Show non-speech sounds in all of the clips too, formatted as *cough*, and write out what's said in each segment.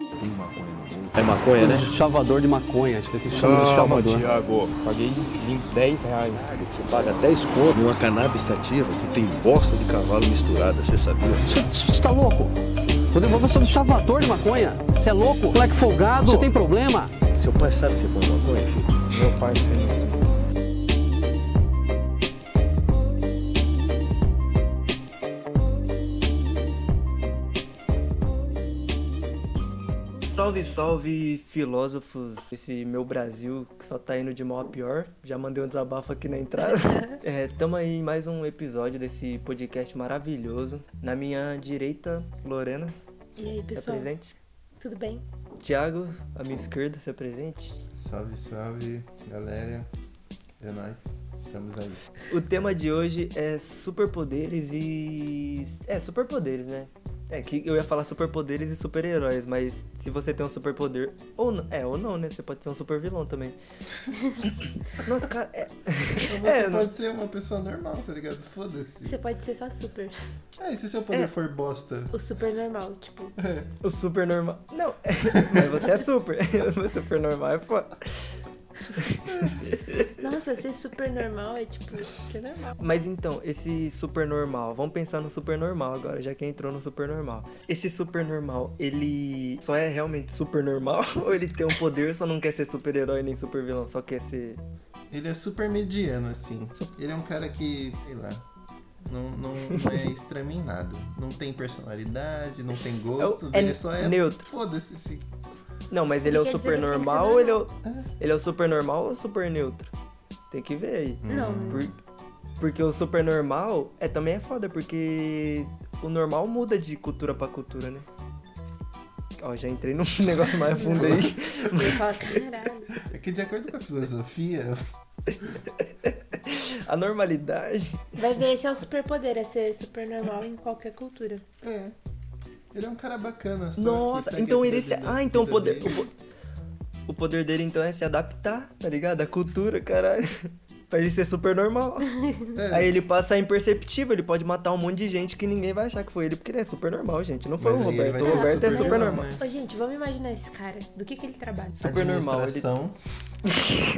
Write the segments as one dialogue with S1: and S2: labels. S1: tem maconha no bolso.
S2: É maconha, né?
S3: Chavador de maconha, acho que
S1: Ah,
S3: chama de chavador.
S1: Tiago.
S4: Paguei 20, 10 reais.
S1: Você paga 10 conto numa cannabis sativa que tem bosta de cavalo misturada, você sabia?
S3: Você tá louco? Rodrigo, você é um chavador de maconha? Você é louco? Moleque folgado? Você tem problema?
S1: Seu pai sabe que você põe maconha, filho?
S4: Meu pai fez.
S5: Salve, salve, filósofos desse meu Brasil que só tá indo de mal a pior. Já mandei um desabafo aqui na entrada. é, tamo aí em mais um episódio desse podcast maravilhoso. Na minha direita, Lorena,
S6: E aí,
S5: se
S6: pessoal?
S5: apresente.
S6: Tudo bem?
S5: Tiago, à minha esquerda, se apresente.
S7: Salve, salve, galera. É nóis. Estamos aí.
S5: O tema de hoje é superpoderes e. É, superpoderes, né? É que eu ia falar superpoderes e super-heróis, mas se você tem um superpoder. Ou não, é, ou não, né? Você pode ser um supervilão também. Nossa, cara. É,
S7: Então você
S5: É,
S7: pode ser uma pessoa normal, tá ligado?
S6: Você
S7: Foda-se.
S6: pode ser só super.
S7: Ah, e se seu poder
S5: É.
S7: for bosta?
S6: O super normal, tipo.
S5: o super normal. Não, *laughs* mas você é super. *laughs* o super normal é foda.
S6: Nossa, ser super normal é tipo ser normal.
S5: Mas então, esse super normal, vamos pensar no super normal agora, já que entrou no super normal. Esse super normal, ele só é realmente super normal? *laughs* Ou ele tem um poder, só não quer ser super-herói nem super-vilão, só quer ser.
S7: Ele é super mediano, assim. Ele é um cara que, sei lá, não, não, não é extremo em nada. Não tem personalidade, não tem gostos,
S5: É o- é
S7: ele só é.
S5: neutro.
S7: Foda-se, sim.
S5: Não, mas ele é o
S6: Quer dizer
S5: super
S6: que ele tem que ser
S5: normal ou ele é o.
S7: normal.
S5: Ele é o super normal ou super neutro? Tem que ver aí.
S6: Não.
S5: Por- Porque o super normal é, também é foda, porque o normal muda de cultura pra cultura, né? Ó, já entrei num *laughs* negócio mais fundo aí.
S7: *laughs*
S6: Eu falo, caralho.
S7: É que de acordo com
S5: *laughs*
S7: a filosofia,
S5: A normalidade.
S6: Vai ver, esse é o superpoder, é ser super normal em qualquer cultura.
S7: é. Ele é um cara bacana, só que né?
S5: Nossa,
S7: segue
S5: então
S7: a
S5: ele
S7: vida
S5: se.
S7: dele,
S5: Ah,
S7: a
S5: então o
S7: vida
S5: poder.
S7: dele.
S5: O, po- o poder dele então é se adaptar, tá ligado? A cultura, caralho. *laughs* Pra ele ser super
S7: *laughs*
S5: normal.
S7: É.
S5: Aí ele passa imperceptível, ele pode matar um monte de gente que ninguém vai achar que foi ele, porque ele é super normal, gente. Não foi
S7: Mas
S5: o
S7: aí ele
S5: Roberto.
S7: vai
S5: O
S7: ser
S5: Roberto é
S7: super
S5: super
S7: vilão,
S5: normal.
S7: né?
S6: Ô, gente, vamos imaginar esse cara. Do que, que ele trabalha?
S5: Super normal, ele-
S7: Administração.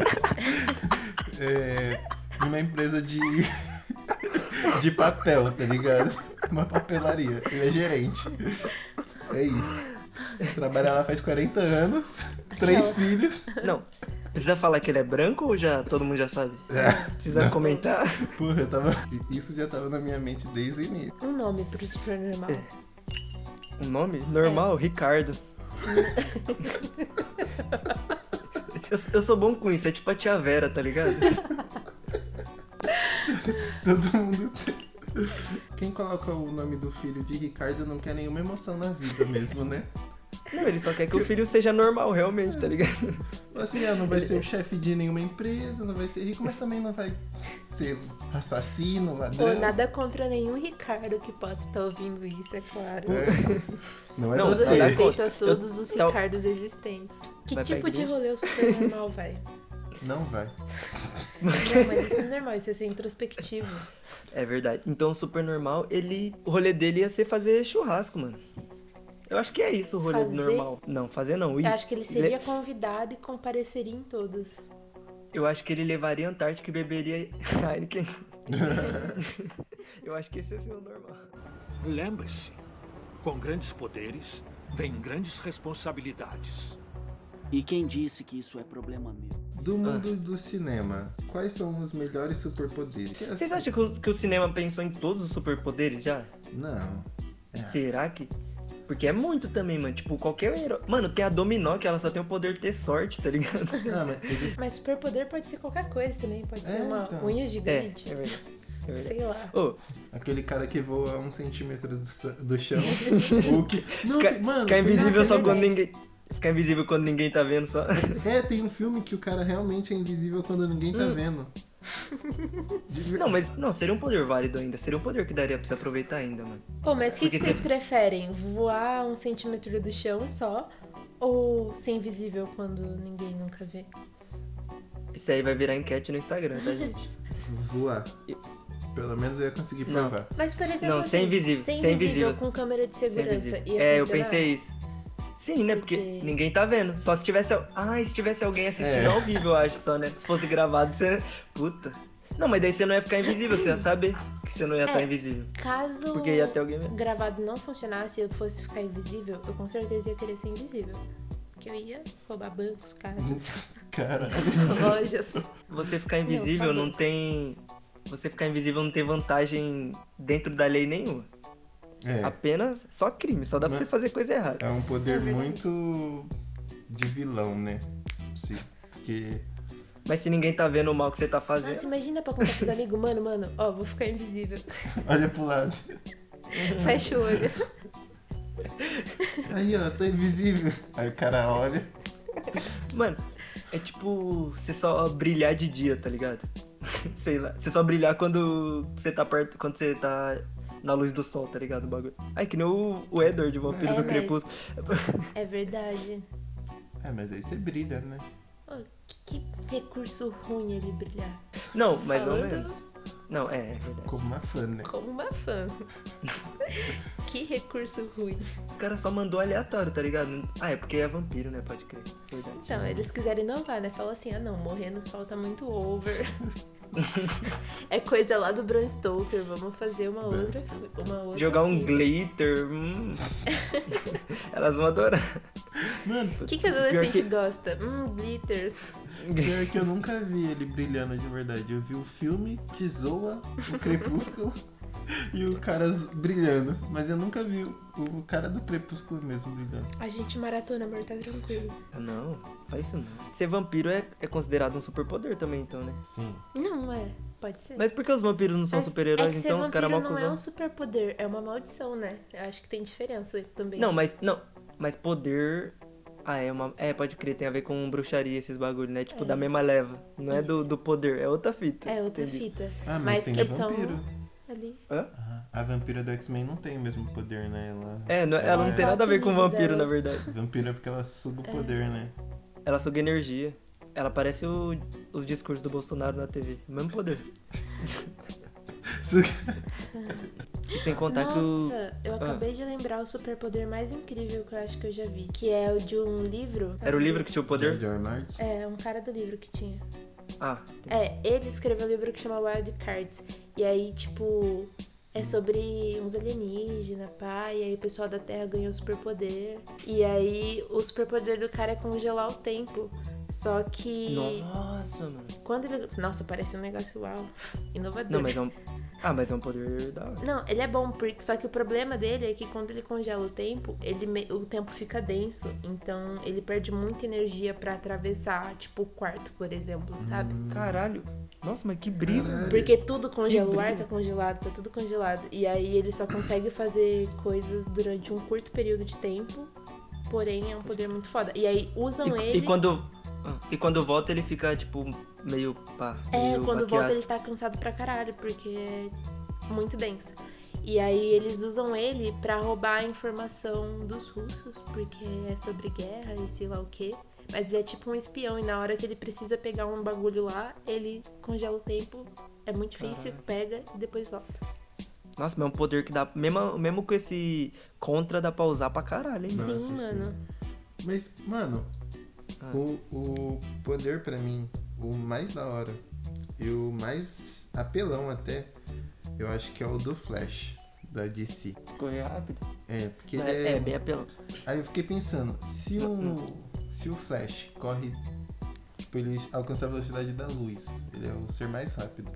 S7: *laughs* é, numa empresa de *laughs* de papel, tá ligado? Uma papelaria. Ele é gerente. É isso. Trabalha lá faz 40 anos, três
S6: Nossa.
S7: filhos.
S5: Não. Precisa falar que ele é branco ou já todo mundo já sabe? Precisa comentar?
S7: Porra, eu tava... isso já tava na minha mente desde o início.
S6: Um nome pro super normal.
S5: É. O nome?
S6: É.
S5: Normal, Ricardo. eu, eu sou bom com isso, é tipo a tia Vera, tá ligado?
S7: Todo mundo tem. Quem coloca o nome do filho de Ricardo não quer nenhuma emoção na vida mesmo, né?
S5: Não, ele só quer que o filho seja normal, realmente, tá ligado?
S7: Assim, ah, não vai ser o chefe de nenhuma empresa, não vai ser rico, mas também não vai ser assassino,
S6: Pô,
S7: ladrão.
S6: nada contra nenhum Ricardo que possa estar ouvindo isso, é claro.
S7: Não é
S5: Não,
S6: Todo
S5: Você- nada
S7: você.
S6: respeito a todos
S5: Eu-
S6: os
S5: tal-
S6: Ricardos existentes. Que
S5: Vai pra
S6: tipo de
S5: igreja?
S6: rolê o super normal vai?
S7: Não vai.
S6: Não, mas isso é normal, isso é ser introspectivo.
S5: É verdade. Então, o super normal, ele. O rolê dele ia ser fazer churrasco, mano. Eu acho que é isso o rolê do
S6: Fazer?
S5: normal. Não, fazer não. ir.
S6: Eu acho que ele seria convidado e compareceria em todos.
S5: Eu acho que ele levaria Antártica e beberia *laughs* Heineken. Eu acho que esse ia ser o normal.
S8: Lembre-se, com grandes poderes vem grandes responsabilidades.
S2: E quem disse que isso é problema meu?
S5: Ah.
S7: Do mundo do cinema, quais são os melhores superpoderes? Porque,
S5: Vocês
S7: assim,
S5: acham que o, que o cinema pensou em todos os superpoderes já?
S7: Não. É.
S5: Será que? Porque é muito também, mano. Tipo, qualquer herói. Mano, tem a Dominó que ela só tem o poder de ter sorte, tá
S7: *laughs*
S5: ligado?
S7: Ah, mas eles-
S6: Mas superpoder pode ser qualquer coisa também, pode ser
S7: É,
S6: uma
S7: então.
S6: unha
S5: É, é
S6: gigante,
S5: verdade. É verdade.
S6: sei lá.
S5: Ô,
S7: Aquele cara que voa a um centímetro do, sa- do
S5: *laughs*
S7: chão. ou que. Não,
S5: fica,
S7: tem- mano,
S5: fica
S7: tem- né,
S5: invisível
S6: é
S5: só quando
S6: verdade.
S5: ninguém. Fica invisível quando ninguém tá vendo
S7: *laughs*
S5: só.
S7: É, tem um filme que o cara realmente é invisível quando ninguém tá
S5: Hum.
S7: vendo. De ver-
S5: Não, mas não, seria um poder válido ainda. Seria um poder que daria pra você aproveitar ainda, mano.
S6: Pô, mas o que, que
S5: Porque
S6: vocês preferem? Voar um centímetro do chão só? Ou ser invisível quando ninguém nunca vê?
S5: Isso aí vai virar enquete no Instagram, tá, gente?
S7: Voar. Pelo menos eu ia conseguir
S5: Não.
S7: provar. *laughs*
S6: Mas, por exemplo,
S5: Não, ser
S6: assim,
S5: invisível,
S6: ser
S5: ser
S6: invisível
S5: invisível.
S6: com câmera de
S5: Sem
S6: segurança
S5: visível.
S6: ia
S5: É, eu
S6: funcionar?
S5: pensei isso. Sim, né? Porque
S6: Porque-
S5: ninguém tá vendo. Só se tivesse. al- Ai, se tivesse alguém assistindo
S7: É.
S5: ao vivo, eu acho só, né? Se fosse gravado, você. Puta. Não, mas daí você não ia ficar invisível, você ia saber que você não ia estar
S6: É.
S5: invisível.
S6: Caso
S5: Porque ia ter alguém vendo.
S6: gravado não funcionasse e eu fosse ficar invisível, eu com certeza ia querer ser invisível. Porque eu ia roubar bancos, casas,
S7: Caralho.
S6: *laughs* lojas.
S5: Você ficar invisível
S6: sabe.
S5: não tem. Você ficar invisível não tem vantagem dentro da lei nenhuma.
S7: É,
S5: Apenas só crime, só dá pra
S7: Mas-
S5: você fazer coisa errada.
S7: é um poder
S6: É verdade.
S7: muito de vilão, né? Sim. Porque
S5: Mas se ninguém tá vendo o mal que você tá
S6: Nossa,
S5: fazendo.
S6: imagina pra
S5: *laughs*
S6: contar pros amigos, mano, mano, ó, vou ficar invisível.
S7: *laughs* olha pro lado.
S5: Uhum.
S6: Fecha o olho.
S7: Aí, ó, tá invisível. Aí o cara olha.
S5: Mano, é tipo você só brilhar de dia, tá ligado? *laughs* Sei lá. Você só brilhar quando você tá perto. Quando você tá na luz do sol, tá ligado? O bagulho. Ai, que nem o, o Edward, o vampiro
S6: É
S5: do
S6: mesmo.
S5: Crepúsculo. *laughs*
S6: É verdade.
S7: É, mas aí você brilha, né?
S6: Ô, que, que recurso ruim ele brilhar.
S5: Não, mas ou
S6: Falando
S5: menos. Não, é, é verdade.
S7: Como uma fã, né?
S6: como uma
S5: *laughs*
S6: fã. que recurso ruim.
S5: Os caras só mandou aleatório, tá ligado? Ah, é porque é vampiro, né? Pode crer. Verdade.
S6: Então, eles quiserem inovar, né? Fala assim, ah não, morrer no sol tá muito
S5: *laughs*
S6: over. é coisa lá do Bram Stoker, vamos fazer uma
S7: Bram
S6: outra. Uma outra
S5: Jogar um
S6: coisa.
S5: glitter. Hum. *laughs* Elas vão adorar.
S7: Mano,
S6: O que, que adolescente gosta? Hum, glitter.
S7: pior que eu nunca vi ele brilhando de verdade. Eu vi o filme que zoa o Crepúsculo *laughs* e o cara z- brilhando. Mas eu nunca vi o, o cara do Crepúsculo mesmo brilhando.
S6: A gente maratona, amor, tá tranquilo.
S5: Ah, Não, faz isso não. Ser vampiro é, é considerado um superpoder também, então, né?
S7: Sim.
S6: Não, é. Pode ser.
S5: Mas por que os vampiros não são
S6: Mas é
S5: super-heróis,
S6: que ser
S5: então? Os caras mal
S6: vampiro não é
S5: cuzão.
S6: um superpoder, é uma maldição, né? Eu acho que tem diferença também.
S5: Não, mas. Não. Mas poder. Ah, é uma. É, pode crer, tem a ver com bruxaria esses bagulho, né? Tipo,
S6: É.
S5: da mesma leva. Não é do,
S6: Isso.
S5: do poder, é outra fita.
S6: É outra
S5: Entendi.
S6: fita.
S7: Ah, mas,
S6: mas
S7: tem
S6: que
S7: a
S6: são
S7: vampiro.
S6: ali.
S7: Ah, a vampira do X-Men não tem o mesmo poder, né? Ela...
S5: É, não- ela não
S6: É.
S5: tem nada a ver com
S6: Apelido
S5: vampiro,
S6: dela.
S5: na verdade.
S7: Vampira é porque ela suga o poder, né?
S5: Ela suga energia. Ela parece o- os discursos do Bolsonaro na TV. Mesmo poder.
S7: Suga-
S5: E sem contar que o. Ah.
S6: Nossa, eu acabei de lembrar o superpoder mais incrível que eu acho que eu já vi, que é o de um livro.
S5: Era o livro que tinha o poder?
S7: George R. Martin.
S6: É, um cara do livro que tinha.
S5: Ah,
S6: É, ele escreveu um livro que chama Wild Cards. E aí, tipo, é sobre uns alienígenas, pá, e aí o pessoal da Terra ganhou superpoder. E aí o superpoder do cara é congelar o tempo. Só que
S5: Nossa, mano.
S6: quando ele. Nossa, parece um negócio uau. Inovador.
S5: Não, mas é um. Ah, mas é um poder da hora.
S6: Não, ele é bom, porque só que o problema dele é que quando ele congela o tempo, ele me- o tempo fica denso, então ele perde muita energia pra atravessar, tipo, o quarto, por exemplo, sabe?
S5: Hum. Caralho. Nossa, mas que brilho. mano.
S6: Porque tudo congela, o ar
S5: brilho.
S6: tá congelado, tá tudo congelado. E aí ele só consegue fazer coisas durante um curto período de tempo, porém é um poder muito foda. E aí usam
S5: E,
S6: ele.
S5: e quando. ah, E quando volta, ele fica, tipo, meio pá.
S6: É,
S5: meio
S6: quando volta
S5: baqueado.
S6: ele tá cansado pra caralho, porque é muito denso. E aí eles usam ele pra roubar a informação dos russos, porque é sobre guerra e sei lá o quê. Mas ele é tipo um espião, e na hora que ele precisa pegar um bagulho lá, ele congela o tempo, é muito difícil, pega e depois volta.
S5: Nossa, mas é um poder que dá. Mesmo, mesmo com esse contra, dá pra usar pra caralho, hein?
S7: Nossa,
S6: sim,
S7: sim.
S6: mano.
S7: Mas, mano,
S5: Ah.
S7: o, o poder pra mim, o mais da hora e o mais apelão até, eu acho que é o do Flash, da DC.
S5: Correr rápido.
S7: É, porque ele
S5: É, Hum. é, bem apelão.
S7: Aí eu fiquei pensando, se o, se o Flash corre, tipo, ele alcança a velocidade da luz, ele é o ser mais rápido.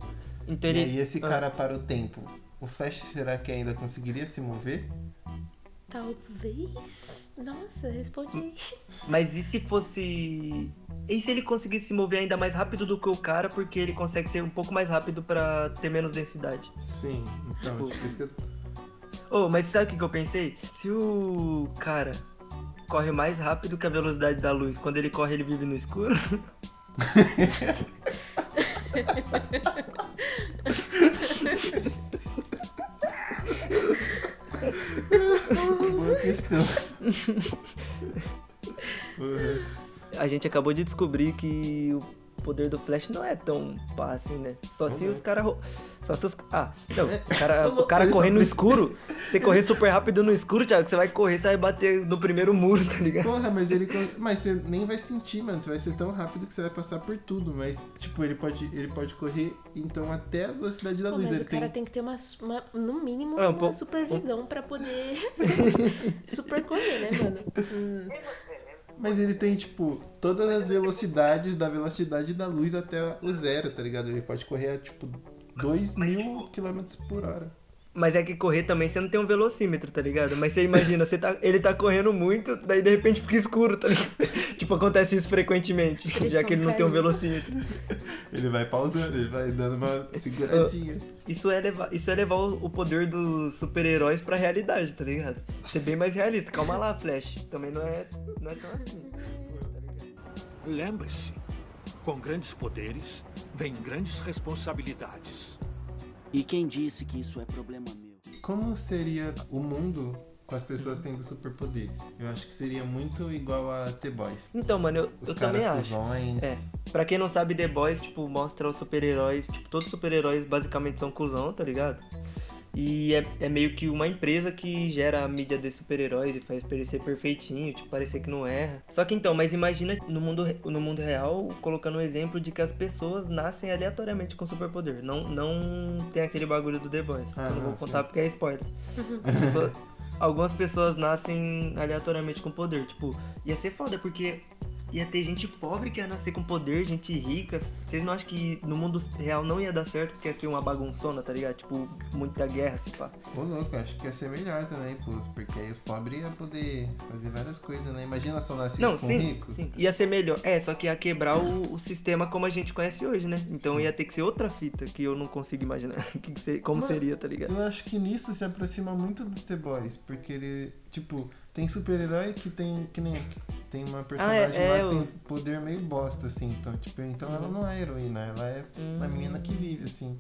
S5: Então ele.
S7: E aí esse
S5: ah,
S7: cara para o tempo, o Flash será que ainda conseguiria se mover?
S6: Talvez. Nossa, responde aí.
S5: Mas e se fosse. E se ele conseguisse se mover ainda mais rápido do que o cara, porque ele consegue ser um pouco mais rápido pra ter menos densidade?
S7: Sim, então,
S5: Tipo-
S7: tipo, isso que eu...
S5: Oh, mas sabe o que, que eu pensei? Se o cara corre mais rápido que a velocidade da luz, quando ele corre ele vive no escuro? *laughs*
S7: Boa *laughs* questão. Porra.
S5: A gente acabou de descobrir que o poder do Flash não é tão pá assim, né? Só se os caras. Só se os. Ah, não. O cara, o cara
S7: Ele só
S5: correr no
S7: pensa-
S5: escuro. Você correr super rápido no escuro, Thiago, você vai correr, você vai bater no primeiro muro, tá ligado?
S7: Porra, mas ele. Mas você nem vai sentir, mano. Você vai ser tão rápido que você vai passar por tudo. Mas, tipo, ele pode, ele pode correr, então, até a velocidade da
S6: Pô,
S7: luz.
S6: mas
S7: Ele
S6: o cara
S7: tem.
S6: tem que ter uma, su- uma- no mínimo,
S5: Ah, um
S6: uma
S5: pouco-
S6: supervisão pra poder *laughs* supercorrer, né, mano? Hum,
S7: Mas ele tem, tipo, todas as velocidades da velocidade da luz até o zero, tá ligado? Ele pode correr a, tipo, 2 mil quilômetros por hora.
S5: Mas é que correr também você não tem um velocímetro, tá ligado? Mas você imagina, você tá, ele tá correndo muito, daí de repente fica escuro, tá ligado? *laughs* Tipo, acontece isso frequentemente,
S6: Pressão
S5: já que ele não tem um
S6: caiu.
S5: velocímetro.
S7: Ele vai pausando, ele vai dando *laughs* uma seguradinha.
S5: Isso é levar, isso é levar o, o poder dos super-heróis pra realidade, tá ligado? Ser bem mais realista. Calma lá, Flash. Também não é, não é tão assim. tá ligado?
S8: Lembre-se: com grandes poderes, vem grandes responsabilidades.
S2: E quem disse que isso é problema meu?
S7: Como seria o mundo com as pessoas tendo superpoderes? Eu acho que seria muito igual a The Boys.
S5: Então, mano, eu,
S7: Os
S5: eu também
S7: caras
S5: acho.
S7: fusões.
S5: É. Pra quem não sabe, The Boys, tipo, mostra os super-heróis. Tipo, todos os super-heróis basicamente são cuzão, tá ligado? E é, é meio que uma empresa que gera a mídia de super-heróis e faz parecer perfeitinho, tipo, parecer que não erra. Só que então, mas imagina no mundo, re- no mundo real, colocando o exemplo de que as pessoas nascem aleatoriamente com superpoder. Não, não tem aquele bagulho do The Boys.
S7: Ah,
S5: eu não vou
S7: não,
S5: contar porque é spoiler. As pessoas- algumas pessoas nascem aleatoriamente com poder. Tipo, ia ser foda porque ia ter gente pobre que ia nascer com poder, gente rica. Vocês não acham que no mundo real não ia dar certo porque ia ser uma bagunçona, tá ligado? Tipo, muita guerra, se pá.
S7: Ô louco, eu acho que ia ser melhor também, pô, porque aí os pobres iam poder fazer várias coisas, né? Imagina só nascer
S5: Não,
S7: com
S5: sim,
S7: rico.
S5: sim. Ia ser melhor. É, só que ia quebrar o, o sistema como a gente conhece hoje, né? Então ia ter que ser outra fita que eu não consigo imaginar *laughs* que que ser- como
S7: Mas-
S5: seria, tá ligado?
S7: Eu acho que nisso se aproxima muito do The Boys, porque ele, tipo, tem super-herói que tem, que nem, tem uma personagem
S5: é, Uhum.
S7: lá
S5: eu-
S7: que tem poder meio bosta, assim, então, tipo, então ela não é heroína, ela é uma menina
S5: Uhum.
S7: que vive, assim,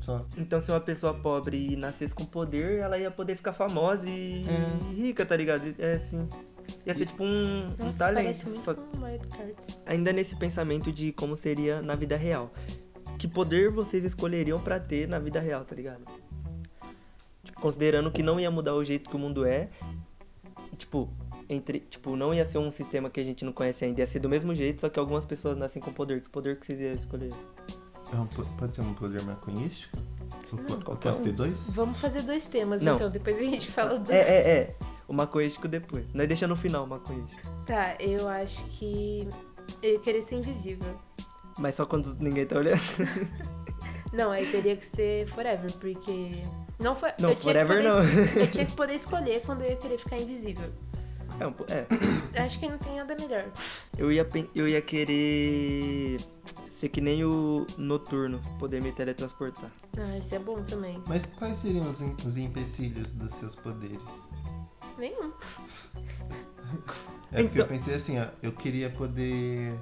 S7: só.
S5: Então, se uma pessoa pobre nascesse com poder, ela ia poder ficar famosa e
S7: É.
S5: rica, tá ligado? É assim. Ia ser tipo um, um
S6: Nossa, parece
S5: talento.
S6: muito
S5: Só-
S6: com Mario Kart.
S5: Ainda nesse pensamento de como seria na vida real. Que poder vocês escolheriam pra ter na vida real, tá ligado? Tipo, considerando que não ia mudar o jeito que o mundo é. e, Tipo, entre, tipo, não ia ser um sistema que a gente não conhece ainda. Ia ser do mesmo jeito, só que algumas pessoas nascem com poder. Que poder que vocês iam escolher?
S7: É um po- pode ser um poder maconístico? Eu po- eu
S5: qualquer
S7: posso
S5: um.
S7: ter dois?
S6: Vamos fazer dois temas,
S5: Não.
S6: então. Depois a gente fala dos...
S5: É, é, é. O macoístico depois. Nós deixa no final o macoístico.
S6: Tá, eu acho que... Eu ia querer ser invisível.
S5: Mas só quando ninguém tá olhando.
S6: Não, aí teria que ser forever, porque... Não, foi...
S5: Não,
S6: eu tinha que
S5: forever
S6: poder
S5: não. *laughs*
S6: es- Eu tinha que poder escolher quando eu ia querer ficar invisível.
S5: É, um po- é.
S6: Acho que não tem nada melhor.
S5: Eu ia, pen- eu ia querer ser que nem o noturno, poder me teletransportar.
S6: Ah, isso é bom também.
S7: Mas quais seriam os, em- os empecilhos dos seus poderes?
S6: Nenhum.
S7: É porque
S5: Então-
S7: eu pensei assim, ó, eu queria poder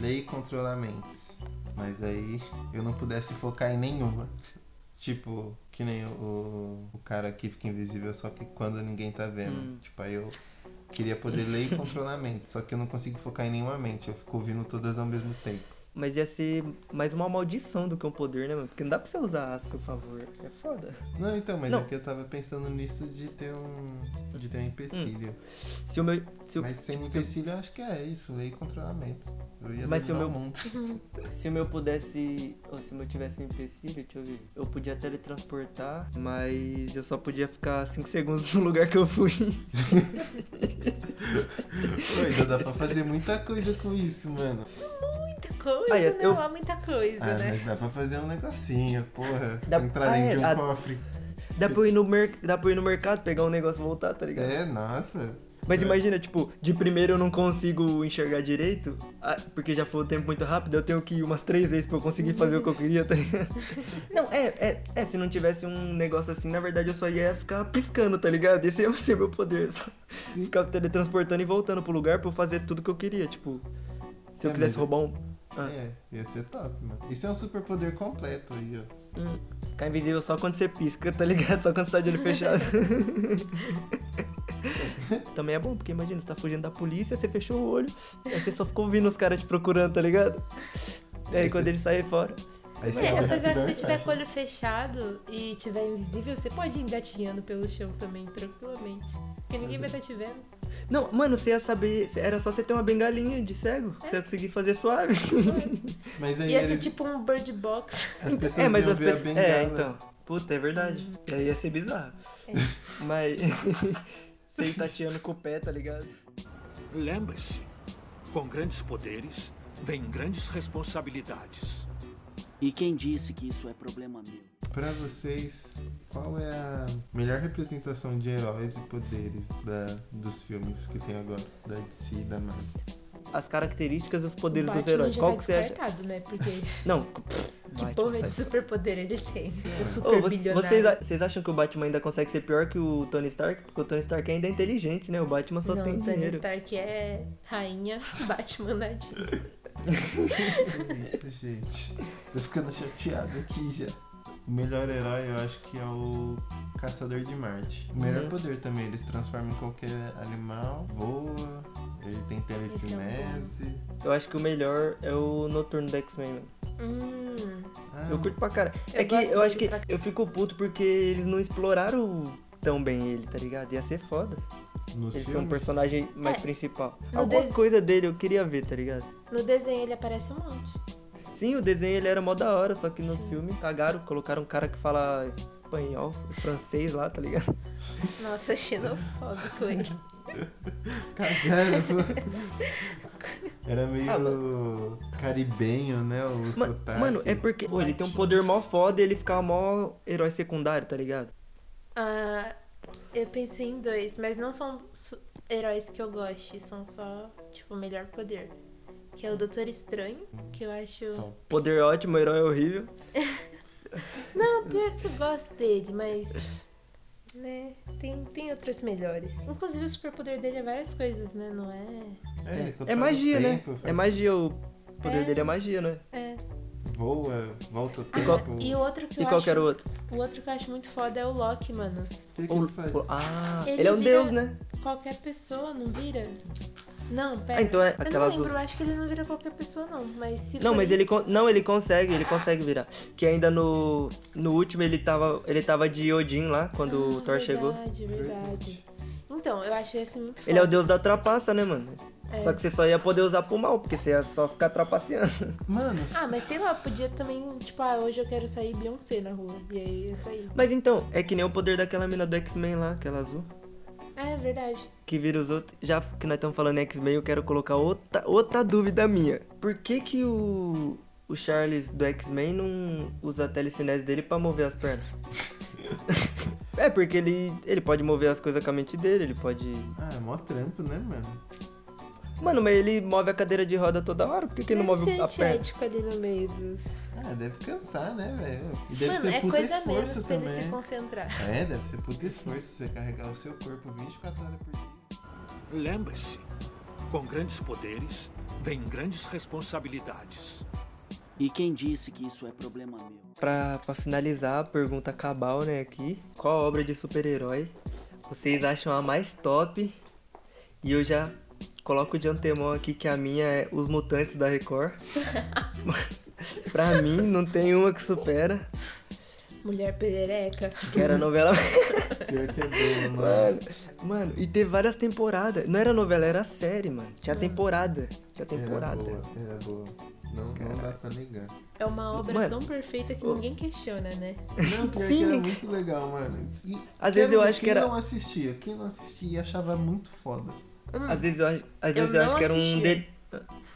S7: ler e controlar mentes, mas aí eu não pudesse focar em nenhuma. Tipo, que nem o, o cara que fica invisível só que quando ninguém tá vendo.
S5: Hum.
S7: Tipo, aí eu queria poder ler e controlar mentes, só que eu não consigo focar em nenhuma mente, eu fico ouvindo todas ao mesmo tempo.
S5: Mas ia ser mais uma maldição do que um poder, né, mano? Porque não dá pra você usar a seu favor. É foda.
S7: Não, então, mas
S5: Não.
S7: é que eu tava pensando nisso de ter um. de ter um empecilho.
S5: Se o meu. Hum, Se o,
S7: Mas sem empecilho eu acho que é isso, ler e controlar mentes. Eu ia um
S5: Mas se o
S7: dominar
S5: meu-
S7: mundo.
S5: se o meu pudesse. Ou se o meu tivesse um empecilho, deixa eu ver. Eu podia teletransportar, mas eu só podia ficar 5 segundos no lugar que eu fui. *laughs*
S7: Pô, ainda dá pra fazer muita coisa com isso, mano.
S6: Muita coisa,
S5: Ah, yes,
S6: não
S5: eu-
S6: há muita coisa,
S7: Ah,
S6: né?
S7: mas dá pra fazer um negocinho, porra.
S5: Dá-
S7: Entrar
S5: Ah,
S7: dentro
S5: é,
S7: de um
S5: a-
S7: cofre.
S5: Dá pra, eu ir no mer... Dá pra eu ir no mercado, pegar um negócio e voltar, tá ligado?
S7: É, nossa.
S5: Mas imagina, tipo, de primeiro eu não consigo enxergar direito, ah, porque já foi o tempo muito rápido, eu tenho que ir umas três vezes pra eu conseguir fazer o que eu queria, tá ligado? Não, é, é, é, se não tivesse um negócio assim, na verdade eu só ia ficar piscando, tá ligado? Esse ia ser meu poder, só ficar teletransportando e voltando pro lugar pra eu fazer tudo que eu queria, tipo, se eu
S7: É,
S5: quisesse
S7: mas-
S5: roubar um... Ah,
S7: É, ia ser top, mano. Isso é um superpoder completo aí, ó.
S5: hum, ficar invisível só quando você pisca, tá ligado? Só quando você tá de olho
S7: *laughs*
S5: fechado. Também é bom, porque imagina, você tá fugindo da polícia, você fechou o olho, aí você só ficou ouvindo os caras te procurando, tá ligado? E aí
S7: Esse-
S5: quando ele sair fora.
S7: Aí
S6: Você,
S7: olha
S6: é, apesar de
S7: rapidão
S6: você
S7: e
S6: tiver
S7: fecha.
S6: com o olho fechado e tiver invisível, você pode ir engatinhando pelo chão também, tranquilamente. Porque ninguém
S7: é.
S6: vai estar te vendo.
S5: Não, mano, você ia saber. Era só você ter uma bengalinha de cego.
S6: É.
S5: que Você ia conseguir fazer suave.
S7: Mas aí
S6: Ia ser
S7: eles-
S6: tipo um bird box.
S7: as pessoas
S5: É, mas
S7: iam
S5: as
S7: ver a
S5: pessoas.
S7: bengala.
S5: É, então. Puta, é verdade. E aí ia ser bizarro.
S6: *laughs* É.
S5: Mas. *laughs* Sem tateando com o pé, tá ligado?
S8: Lembre-se: com grandes poderes vem grandes responsabilidades.
S2: E quem disse que isso é problema meu?
S7: Pra vocês, qual é a melhor representação de heróis e poderes da, dos filmes que tem agora? Da DC e da Marvel.
S5: As características e os poderes
S6: o
S5: dos
S6: Batman
S5: heróis.
S6: já
S5: Qual
S6: tá
S5: que você acha?
S6: descartado, né? Porque
S5: Não. pff, *laughs* Batman,
S6: que porra de
S5: sabe?
S6: superpoder ele *laughs* tem? O
S5: Ô,
S6: super
S5: vo-
S6: bilionário.
S5: vocês, a- vocês acham que o Batman ainda consegue ser pior que o Tony Stark? Porque o Tony Stark ainda é inteligente, né? O Batman só
S6: Não,
S5: tem
S6: Tony
S5: dinheiro.
S6: Stark é rainha *laughs* Batman né? Nadine.
S7: Que isso, gente. Tô ficando chateado aqui já. O melhor herói eu acho que é o Caçador de Marte. O melhor
S5: Uhum.
S7: poder também, eles transformam em qualquer animal, voa, ele tem telecinese.
S5: Eu acho que o melhor é o Noturno da X-Men. mano.
S6: Hum,
S7: Ah,
S5: Eu curto pra cara.
S6: Eu
S5: É que
S6: gosto
S5: eu acho que
S6: dele pra-
S5: eu fico puto porque eles não exploraram tão bem ele, tá ligado? Ia ser foda.
S7: nos
S5: Ele ser um
S7: filmes?
S5: personagem mais
S6: É.
S5: principal.
S6: No
S5: Alguma
S6: des-
S5: coisa dele eu queria ver, tá ligado?
S6: no desenho ele aparece um monte.
S5: Sim, o desenho ele era mó da hora, só que nos
S6: Sim.
S5: filmes cagaram, colocaram um cara que fala espanhol, francês lá, tá ligado?
S6: Nossa, é xenofóbico
S5: *laughs*
S6: ele.
S7: Cagaram, pô. *laughs* Era meio
S5: Ah,
S7: caribenho, né? O
S5: Ma-
S7: sotaque.
S5: Mano, é porque pô, ele tem um poder mó foda e ele ficava mó herói secundário, tá ligado?
S6: Ah, eu pensei em dois, mas não são su- heróis que eu goste, são só, tipo, o melhor poder. Que é o Doutor Estranho, que eu acho.
S5: Poder ótimo, herói horrível.
S6: Não, pior que eu gosto dele, mas. Né, tem, tem outros melhores. Inclusive, o superpoder dele é várias coisas, né? Não é.
S7: É, ele
S5: É
S7: controla o
S5: magia, né?
S7: tempo,
S5: É
S7: faz-
S5: magia, o poder
S6: É.
S5: dele é magia, né?
S6: É.
S7: Voa, volta o
S6: Ah,
S7: tempo.
S6: e o outro que
S5: E
S6: eu
S5: qual
S6: acho.
S5: que era o outro?
S6: O outro que eu acho muito foda é o Loki, mano.
S7: O que, que
S5: O-
S7: ele faz?
S5: o- ah, ele,
S6: Ele
S5: é um
S6: vira-
S5: deus, né?
S6: Qualquer pessoa não vira? Não, pera.
S5: Ah, então é
S6: eu
S5: aquela
S6: não
S5: azul.
S6: lembro, eu acho que ele não vira qualquer pessoa, não. Mas se
S5: Não,
S6: for
S5: mas ele
S6: isso-
S5: con- não, ele consegue, ele consegue virar. Que ainda no no último ele tava, ele tava de Odin lá quando o
S6: Ah,
S5: Thor chegou.
S6: Verdade, verdade. Então, eu acho esse muito foda.
S5: Ele é o deus da trapaça, né, mano?
S6: É.
S5: Só que você só ia poder usar pro mal, porque você ia só ficar trapaceando. *laughs*
S7: Mano,
S6: Ah, mas sei lá, podia também, tipo, ah, hoje eu quero sair Beyoncé na rua. E aí eu saí.
S5: Mas então, é que nem o poder daquela mina do X-Men lá, aquela azul,
S6: Ah, é verdade.
S5: que vira os outros. Já que nós estamos falando em X-Men, eu quero colocar outra, outra dúvida minha. Por que que o, o Charles do X-Men não usa a telecinese dele pra mover as pernas? é, porque ele, ele pode mover as coisas com a mente dele, ele pode...
S7: ah, é mó trampo, né, mano?
S5: Mano, mas ele move a cadeira de roda toda hora, por que, que ele não
S6: Deve
S5: move
S6: ser
S5: a perna?
S6: antiético ali no meio dos.
S7: Ah, deve cansar, né, velho? E deve
S6: Mano,
S7: ser
S6: é
S7: puta
S6: coisa menos
S7: esforço
S6: pra ele se
S7: também.
S6: concentrar.
S7: É, deve ser puta esforço você carregar o seu corpo 24 horas por dia.
S8: Lembre-se: com grandes poderes vem grandes responsabilidades.
S2: E quem disse que isso é problema meu?
S5: Pra, pra finalizar a pergunta cabal, né, aqui. Qual obra de super-herói vocês acham a mais top? E eu já coloco de antemão aqui que a minha é Os Mutantes da
S6: *laughs*
S5: Record. pra mim, não tem uma que supera,
S6: Mulher perereca.
S5: que era a novela... *laughs*
S7: Pior que é boa, mano.
S5: mano, mano, e teve várias temporadas. Não era novela, era série, mano. Tinha temporada. Tinha
S7: Era
S5: temporada.
S7: boa, era boa. Não, não dá pra negar.
S6: É uma obra
S5: Mano.
S6: tão perfeita que
S5: Ô.
S6: ninguém questiona, né?
S7: Não, pior
S5: Sim,
S7: que era
S5: ninguém-
S7: muito legal, mano. E um
S5: Às
S7: quem
S5: vezes eu
S7: não-
S5: acho que
S7: quem
S5: era-
S7: não assistia, quem não assistia e achava muito foda.
S6: Hum,
S5: Às vezes eu, ach- às
S6: Eu
S5: vezes eu
S6: não
S5: acho que era um...
S6: assistia.
S5: De...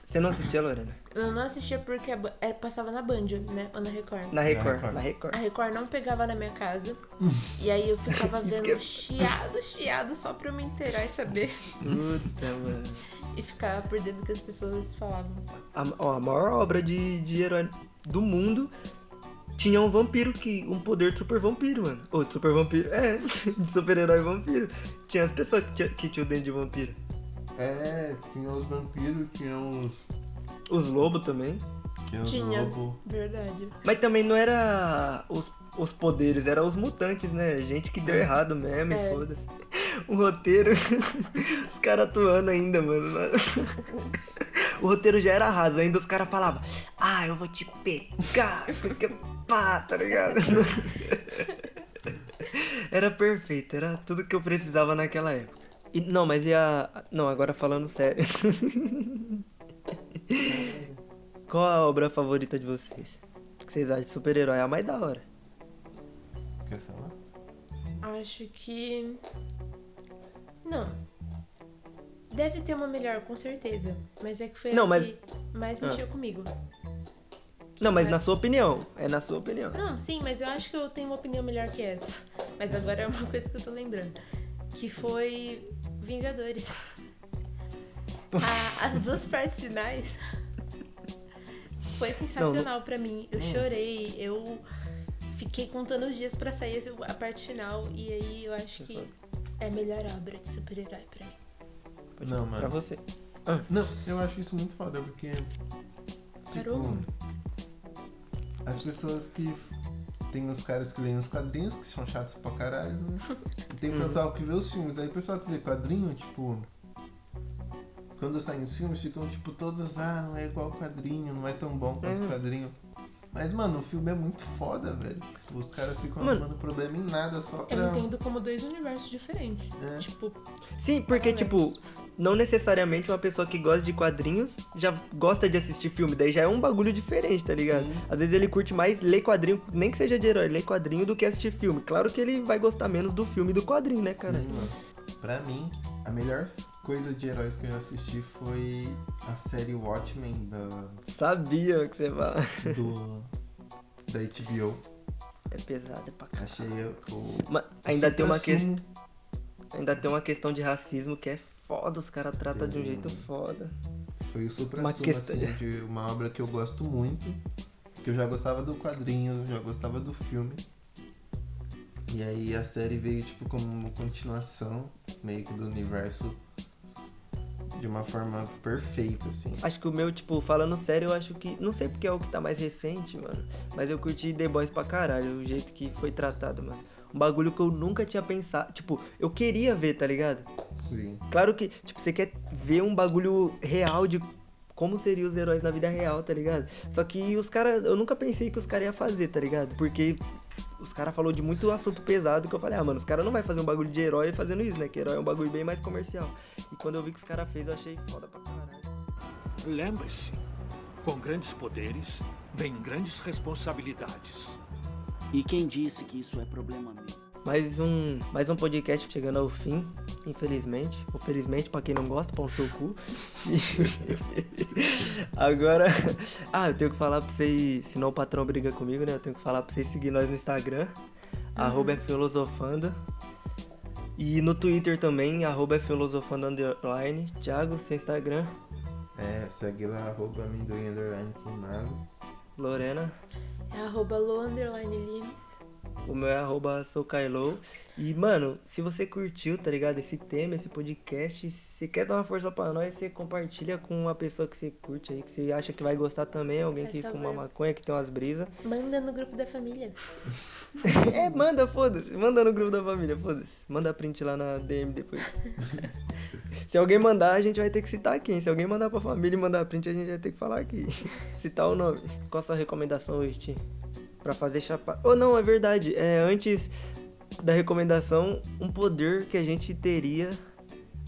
S5: Você não assistia, Lorena?
S6: Eu não assistia porque a Ba- é, passava na Band, né? Ou na Record.
S5: Na Record.
S7: Record.
S5: Na Record.
S6: A Record não pegava na
S5: *laughs*
S6: minha casa. e aí eu ficava
S5: Isso
S6: vendo
S5: que é-
S6: chiado, chiado, só pra eu me inteirar e saber.
S5: Puta, mano.
S6: E ficar por dentro do que as pessoas falavam.
S5: A, ó, a maior obra de, de herói do mundo tinha um vampiro que. um poder de super vampiro, mano. Ou de super vampiro. É, *laughs* de super-herói vampiro. Tinha as pessoas que tinham que tinha o dente de vampiro.
S7: É, tinha os vampiros, tinha os.
S5: Os lobos também.
S7: Tinha os
S6: Tinha.
S7: lobo.
S6: Verdade.
S5: Mas também não era os, os poderes, era os mutantes, né? Gente que deu errado mesmo,
S6: É.
S5: e foda-se. *laughs* O roteiro, os caras atuando ainda, mano. O roteiro já era raso, ainda os caras falavam, ah, eu vou te pegar, porque pá, tá ligado? *laughs* Era perfeito, era tudo que eu precisava naquela época. E, não, mas e a. Não, agora falando sério. *laughs* Qual a obra favorita de vocês? O que vocês acham de super-herói? É a mais da hora.
S7: Quer falar?
S6: Acho que. Não. Deve ter uma melhor, com certeza. Mas é que foi
S5: Não,
S6: a
S5: mas- Ah.
S6: que mais mexeu comigo.
S5: Não, mas na sua opinião. É na sua opinião.
S6: Não, sim, mas eu acho que eu tenho uma opinião melhor que essa. Mas agora é uma coisa que eu tô lembrando. Que foi Vingadores. A- as duas partes finais foi sensacional pra mim. Eu chorei, eu fiquei contando os dias pra sair esse- a parte final. E aí eu acho que é a melhor obra de super-herói pra mim.
S7: Não,
S5: Pra
S7: mano.
S5: você.
S7: Não, eu acho isso muito foda, porque.
S6: Parou o
S7: Tipo,
S6: mundo.
S7: as pessoas que. f- Tem os caras que leem os quadrinhos, que são chatos pra caralho, né? E Tem o pessoal que vê os filmes, aí o pessoal que lê quadrinho, tipo. Quando saem os filmes, ficam tipo todas, ah, não é igual o quadrinho, não é tão bom quanto o quadrinho. Mas, mano, o filme é muito foda, velho. Os caras ficam
S5: Mano.
S7: arrumando problema em nada só pra.
S6: Eu entendo como dois universos diferentes.
S7: É.
S6: Tipo,
S5: Sim, porque, tipo, não necessariamente uma pessoa que gosta de quadrinhos já gosta de assistir filme. Daí já é um bagulho diferente, tá ligado?
S7: Sim.
S5: Às vezes ele curte mais ler quadrinho, nem que seja de herói, ler quadrinho do que assistir filme. Claro que ele vai gostar menos do filme e do quadrinho, né, cara?
S7: Sim, mano. Pra mim, a melhor coisa de heróis que eu assisti foi a série Watchmen da,
S5: Sabia que você vai.
S7: do, da HBO.
S5: *laughs* É pesado pra caralho.
S7: Achei o.
S5: Mas ainda tem, uma que...
S7: questão.
S5: ainda tem uma questão de racismo que é foda, os caras tratam de um jeito foda.
S7: Foi o supra
S5: Uma questão-
S7: assim, de uma obra que eu gosto muito. Que eu já gostava do quadrinho, eu já gostava do filme. E aí a série veio tipo como uma continuação, meio que do universo. De uma forma perfeita, assim.
S5: Acho que o meu, tipo, falando sério, eu acho que. Não sei porque é o que tá mais recente, mano. Mas eu curti The Boys pra caralho, o jeito que foi tratado, mano. Um bagulho que eu nunca tinha pensado. Tipo, eu queria ver, tá ligado?
S7: Sim.
S5: Claro que, tipo, você quer ver um bagulho real de como seriam os heróis na vida real, tá ligado? Só que os caras. Eu nunca pensei que os caras iam fazer, tá ligado? Porque. Os caras falou de muito assunto pesado que eu falei, ah, mano, os caras não vai fazer um bagulho de herói fazendo isso, né? Que herói é um bagulho bem mais comercial. E quando eu vi que os caras fez, eu achei foda pra caralho.
S8: Lembre-se: com grandes poderes vem grandes responsabilidades.
S2: E quem disse que isso é problema meu?
S5: Mais um, mais um podcast chegando ao fim, infelizmente. Ou felizmente, pra um quem não gosta, pão no seu cu. E- *laughs* Agora. Ah, eu tenho que falar pra vocês. Senão o patrão briga comigo, né? Eu tenho que falar pra vocês seguir nós no Instagram. Arroba é filosofando. E no Twitter também, arroba é filosofando underline. Thiago, seu Instagram.
S7: É, segue lá, arroba amendoim underline queimado.
S5: Lorena.
S6: é arroba low underline limes.
S5: O meu é arroba soukailou. E, mano, se você curtiu, tá ligado? Esse tema, esse podcast, se quer dar uma força pra nós, você compartilha com uma pessoa que você curte aí, que você acha que vai gostar também, alguém que
S6: Essa
S5: fuma
S6: verba.
S5: maconha, que tem umas brisas.
S6: Manda no grupo da família.
S5: *laughs* é, manda, foda-se. Manda no grupo da família, foda-se. Manda print lá na DM depois. se alguém mandar, a gente vai ter que citar quem. Se alguém mandar pra família e mandar print, a gente vai ter que falar aqui. *laughs* citar o nome. Qual a sua recomendação, Wistin? Pra fazer chapar. Ou não, é verdade. É, antes da recomendação, um poder que a gente teria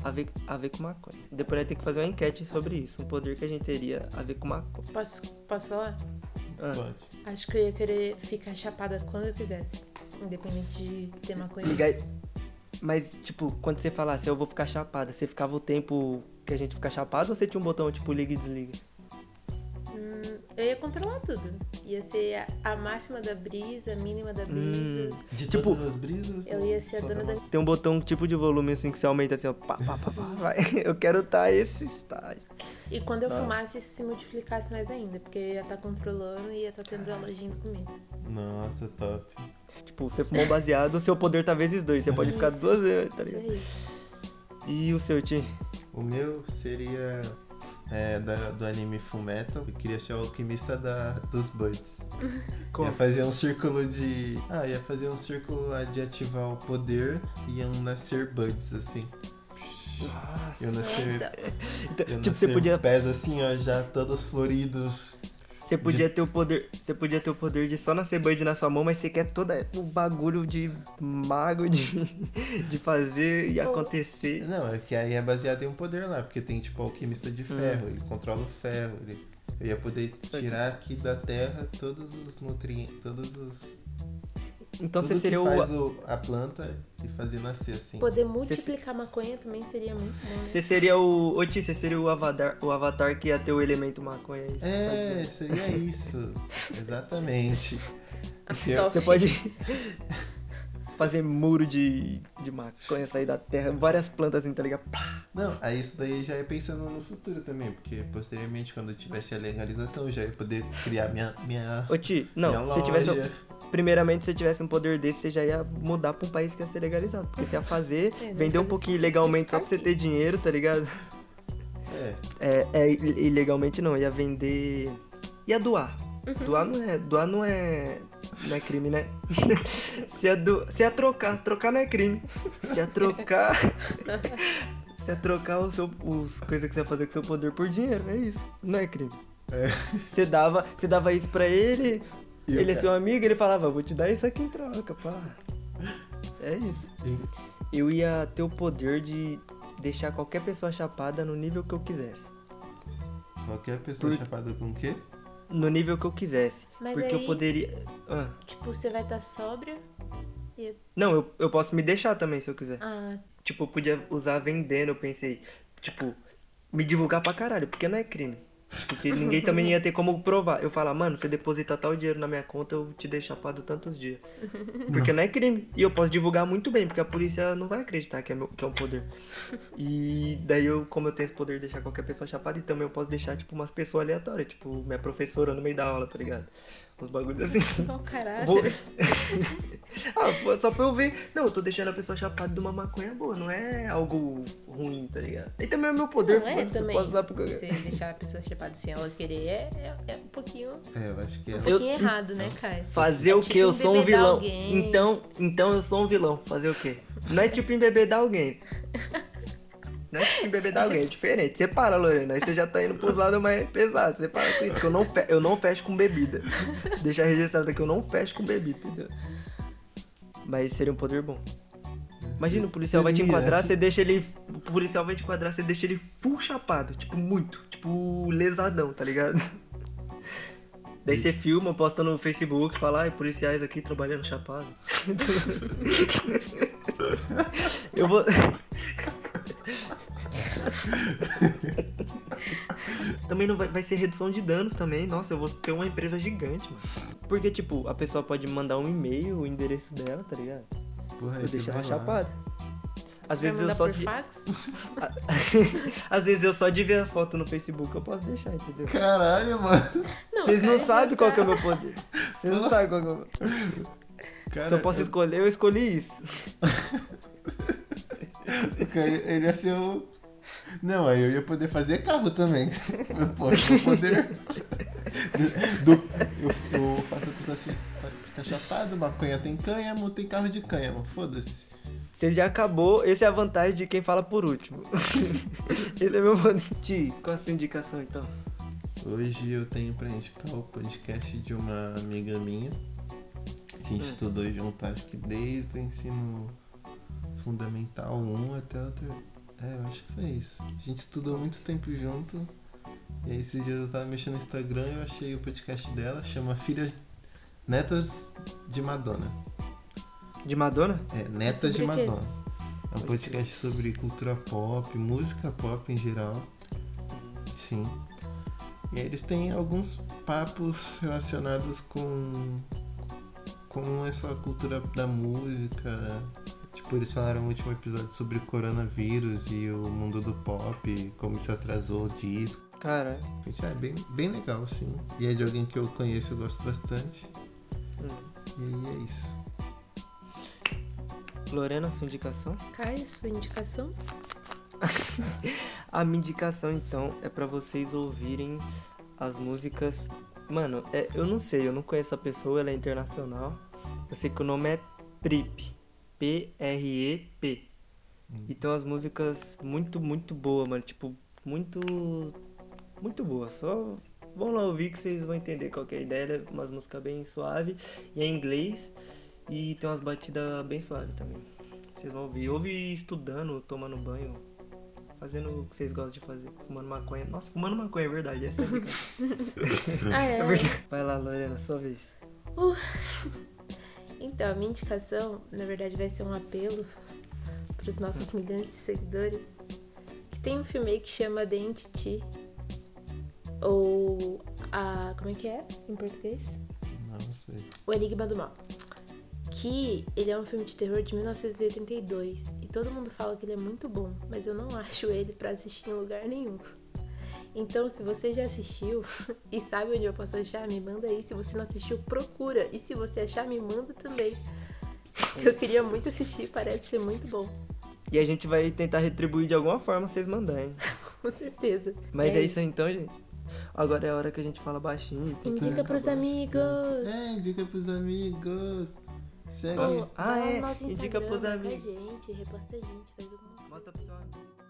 S5: a ver, a ver com maconha. Depois vai ter que fazer uma enquete sobre isso. Um poder que a gente teria a ver com maconha.
S6: Posso, posso falar?
S5: Ah.
S7: Pode.
S6: Acho que eu ia querer ficar chapada quando eu quisesse. Independente de ter maconha.
S5: Ligar- Tá Mas, tipo, quando você falasse eu vou ficar chapada, você ficava o tempo que a gente fica chapado ou você tinha um botão tipo liga e desliga?
S6: Hum, eu ia controlar tudo. Ia ser a, a máxima da brisa, a mínima
S5: Hum,
S6: da brisa.
S7: De
S5: Tipo,
S7: todas as brisas?
S6: eu ia ser a
S7: só
S6: dona da.
S5: Tem um botão tipo de volume assim que você aumenta assim, ó, pá, pá, pá, pá, vai. *laughs* Eu quero estar esse estágio.
S6: E quando eu fumasse, isso se multiplicasse mais ainda. Porque eu ia estar controlando e ia estar tendo ela agindo comigo.
S7: Nossa, top.
S5: Tipo, você fumou baseado, o seu poder tá vezes dois. Você pode ficar
S6: Isso.
S5: duas vezes, tá
S6: Isso é
S5: ligado?
S6: aí.
S5: E o seu, Tim?
S7: O meu seria é, da- do anime Fullmetal. Eu queria ser o alquimista da, dos Buds.
S5: Como?
S7: Ia fazer um círculo de. Ah, ia fazer um círculo lá de ativar o poder e iam nascer Buds, assim. Eu nasci.
S6: Nossa.
S5: Então,
S7: Eu
S5: tipo,
S7: nasci
S5: você podia,
S7: pés assim, ó, já todos floridos.
S5: você podia ter o poder. Você podia ter o poder de só nascer Bird na sua mão, mas você quer todo o bagulho de mago de, *laughs* de fazer e acontecer.
S7: Não, é que aí é baseado em um poder lá, porque tem tipo alquimista
S5: Hum.
S7: de ferro, ele controla o ferro, ele... eu ia poder tirar aqui da terra todos os nutrientes, todos os.
S5: Então
S7: tudo
S5: você seria
S7: que
S5: o.
S7: faz o- a planta e fazer nascer assim.
S6: Poder multiplicar maconha também seria muito bom. né?
S5: Você seria o. Ô, Ti, você seria o avatar, o avatar que ia ter o elemento maconha. isso que você tá
S7: É,
S5: dizendo.
S7: seria isso. Exatamente. Porque
S6: Ah, Top.
S5: Você pode *laughs* fazer muro de, de maconha sair da terra, várias plantas assim, tá ligado? Pá!
S7: Não, aí isso daí já é pensando no futuro também, porque posteriormente, quando eu tivesse a legalização, eu já ia poder criar minha. minha...
S5: Ô Ti,
S7: minha
S5: não, se tivesse. um
S7: loja.
S5: Primeiramente, se tivesse um poder desse, você já ia mudar pra um país que ia ser legalizado. Porque você ia fazer,
S6: É,
S5: vender um pouquinho
S6: depois tem que
S5: ilegalmente só
S6: ficar
S5: pra você
S6: aqui.
S5: ter dinheiro, tá ligado?
S7: É,
S5: É, é i- ilegalmente não, ia vender. ia doar. Doar não é. Doar não é. Não é crime, né? *laughs* se, ia do, se ia trocar, trocar não é crime. Se ia trocar. *laughs* se ia trocar o seu, os coisas que você ia fazer com seu poder por dinheiro, é isso. Não é crime. Você dava, você dava isso pra ele,
S7: E o
S5: ele é
S7: cara?
S5: seu amigo, ele falava, vou te dar isso aqui em troca, pá. É isso.
S7: Sim.
S5: Eu ia ter o poder de deixar qualquer pessoa chapada no nível que eu quisesse.
S7: qualquer pessoa chapada com o quê?
S5: no nível que eu quisesse.
S6: Mas
S5: porque
S6: aí-
S5: eu poderia. Ah,
S6: Tipo, você vai estar sóbria. E...
S5: Não, eu, eu posso me deixar também se eu quiser.
S6: Ah,
S5: Tipo, eu podia usar vendendo, eu pensei. Tipo, me divulgar pra caralho, porque não é crime.
S6: *laughs*
S5: Porque ninguém também ia ter como provar. Eu falar, mano, você depositar tal dinheiro na minha conta, eu te deixo chapado tantos
S6: *laughs*
S5: dias. Porque não é crime. E eu posso divulgar muito bem, porque a polícia não vai acreditar que é, meu, que é um
S6: *laughs*
S5: poder. E daí eu, como eu tenho esse poder de deixar qualquer pessoa chapada, e também eu posso deixar, tipo, umas pessoas aleatórias, tipo, minha professora no meio da aula, tá ligado? Uns bagulhos assim.
S6: oh, *laughs* caralho.
S5: Vou- *laughs* Ah, pô, só pra eu ver. Não, eu tô deixando a pessoa chapada de uma maconha boa, não é algo ruim, tá ligado? E também é meu poder,
S6: Não é
S5: foda-se,
S6: também.
S5: eu posso usar porque eu
S6: Você deixar a pessoa chapada sem ela querer é, é- é um pouquinho, um
S7: É, eu acho que é.
S5: Eu-
S6: pouquinho errado, né, Caio?
S5: Fazer
S6: É
S5: o
S6: tipo
S5: que? Eu sou um
S6: embebedar
S5: vilão.
S6: alguém.
S5: Então, então eu sou um vilão. Fazer o quê? Não é tipo embebedar
S6: *laughs*
S5: alguém. Não é tipo embebedar alguém, é diferente. Você para, Lorena. Aí você já tá indo pros lados mais pesados. Você para com isso, que eu não, fe- eu não fecho com bebida. Deixar registrado aqui, eu não fecho com bebida, entendeu? Mas seria um poder bom. Imagina, o policial vai te
S7: Seria.
S5: enquadrar, você deixa ele. O policial vai te enquadrar, você deixa ele full chapado. Tipo, muito. Tipo, lesadão, tá ligado? *laughs* Daí você filma, posta no Facebook, fala, ai, policiais aqui trabalhando chapado. *laughs* eu vou. *laughs* também não vai, vai ser redução de danos também. Nossa, eu vou ter uma empresa gigante, mano. Porque, tipo, a pessoa pode mandar um e-mail, o endereço dela, tá ligado?
S7: Porra,
S5: Eu
S7: aí você
S5: deixo ela
S7: vai lá.
S5: chapada. Às
S6: Você
S5: vezes, eu
S6: vai mandar
S5: só
S6: por
S5: de...
S6: fax?
S5: *laughs* Às vezes eu só de ver a foto no Facebook, eu posso deixar, entendeu?
S7: Caralho, mano.
S5: Vocês não
S6: cara,
S5: sabem qual que é o meu poder. Vocês não sabem qual que é o meu
S7: Cara,
S5: Se eu posso escolher, eu escolhi isso.
S7: o cara, Ele ia ser o. Não, aí eu ia poder fazer carro também. *laughs* Eu posso eu poder. Do, eu, eu faço a pessoa chi- ficar chapada, maconha tem cânhamo, tem carro de cânhamo, foda-se.
S5: Você já acabou, essa é a vantagem de quem fala por último. *laughs* Esse é meu poder. Ti, qual a sua indicação então?
S7: Hoje eu tenho pra indicar o podcast de uma amiga minha. A gente estudou junto, acho que desde o ensino fundamental 1 até o ter... É, eu acho que foi isso. A gente estudou muito tempo junto. E aí esses dias eu tava mexendo no Instagram e eu achei o podcast dela, chama Filhas Netas de Madonna.
S5: De Madonna?
S7: É, Netas de
S6: Sobre o quê?
S7: Madonna. É um podcast sobre cultura pop, música pop em geral. Sim. E aí eles têm alguns papos relacionados com com essa cultura da música. Tipo, eles falaram no último episódio sobre o coronavírus e o mundo do pop, como isso atrasou o disco.
S5: Cara,
S7: Gente, é bem, bem legal, sim. E é de alguém que eu conheço e gosto bastante. E aí é isso.
S5: Lorena, sua indicação?
S6: Caio,
S5: *laughs*
S6: sua indicação?
S5: A minha indicação então é pra vocês ouvirem as músicas. Mano, é- eu não sei, eu não conheço a pessoa, ela é internacional. Eu sei que o nome é Prip. P-R-E-P. E tem umas músicas muito, muito boas, mano. Tipo, muito. Muito boa. Só vão lá ouvir que vocês vão entender qual que é a ideia. É umas músicas bem suave. E é em inglês. E tem umas batidas bem suaves também. Vocês vão ouvir. Ouve estudando, tomando banho. Fazendo o que vocês gostam de fazer. Fumando maconha. Nossa, fumando maconha é *laughs* verdade. Essa é a dica.
S6: Ah, é.
S5: É verdade. Vai lá, Lorena, sua vez.
S6: Uh. *laughs* Então, a minha indicação, na verdade, vai ser um apelo para os nossos milhões de seguidores. Que tem um filme aí que chama The Entity. Ou a. Como é que é em português?
S7: Não sei.
S6: O Enigma do Mal. Que ele é um filme de terror de 1982 e todo mundo fala que ele é muito bom, mas eu não *laughs* acho ele pra assistir em lugar nenhum. Então, se você já assistiu *laughs* e sabe onde eu posso achar, me manda aí. Se você não assistiu, procura. E se você achar, me manda também. *laughs* Que eu queria muito assistir, parece ser muito bom, *laughs*
S5: E a gente vai tentar retribuir de alguma forma vocês mandarem.
S6: com certeza.
S5: Mas é, isso aí, então, gente. Agora é a hora que a gente fala baixinho. Tem que...
S6: Indica pros amigos.
S7: É, dica pros amigos. Segue.
S6: Ou,
S5: Ah,
S6: vai
S5: é,
S6: no nosso
S5: indica
S6: Instagram,
S5: pros
S6: marca a
S5: amigos.
S6: gente, reposta a gente, faz alguma coisa.
S5: Mostra pro seu amigo.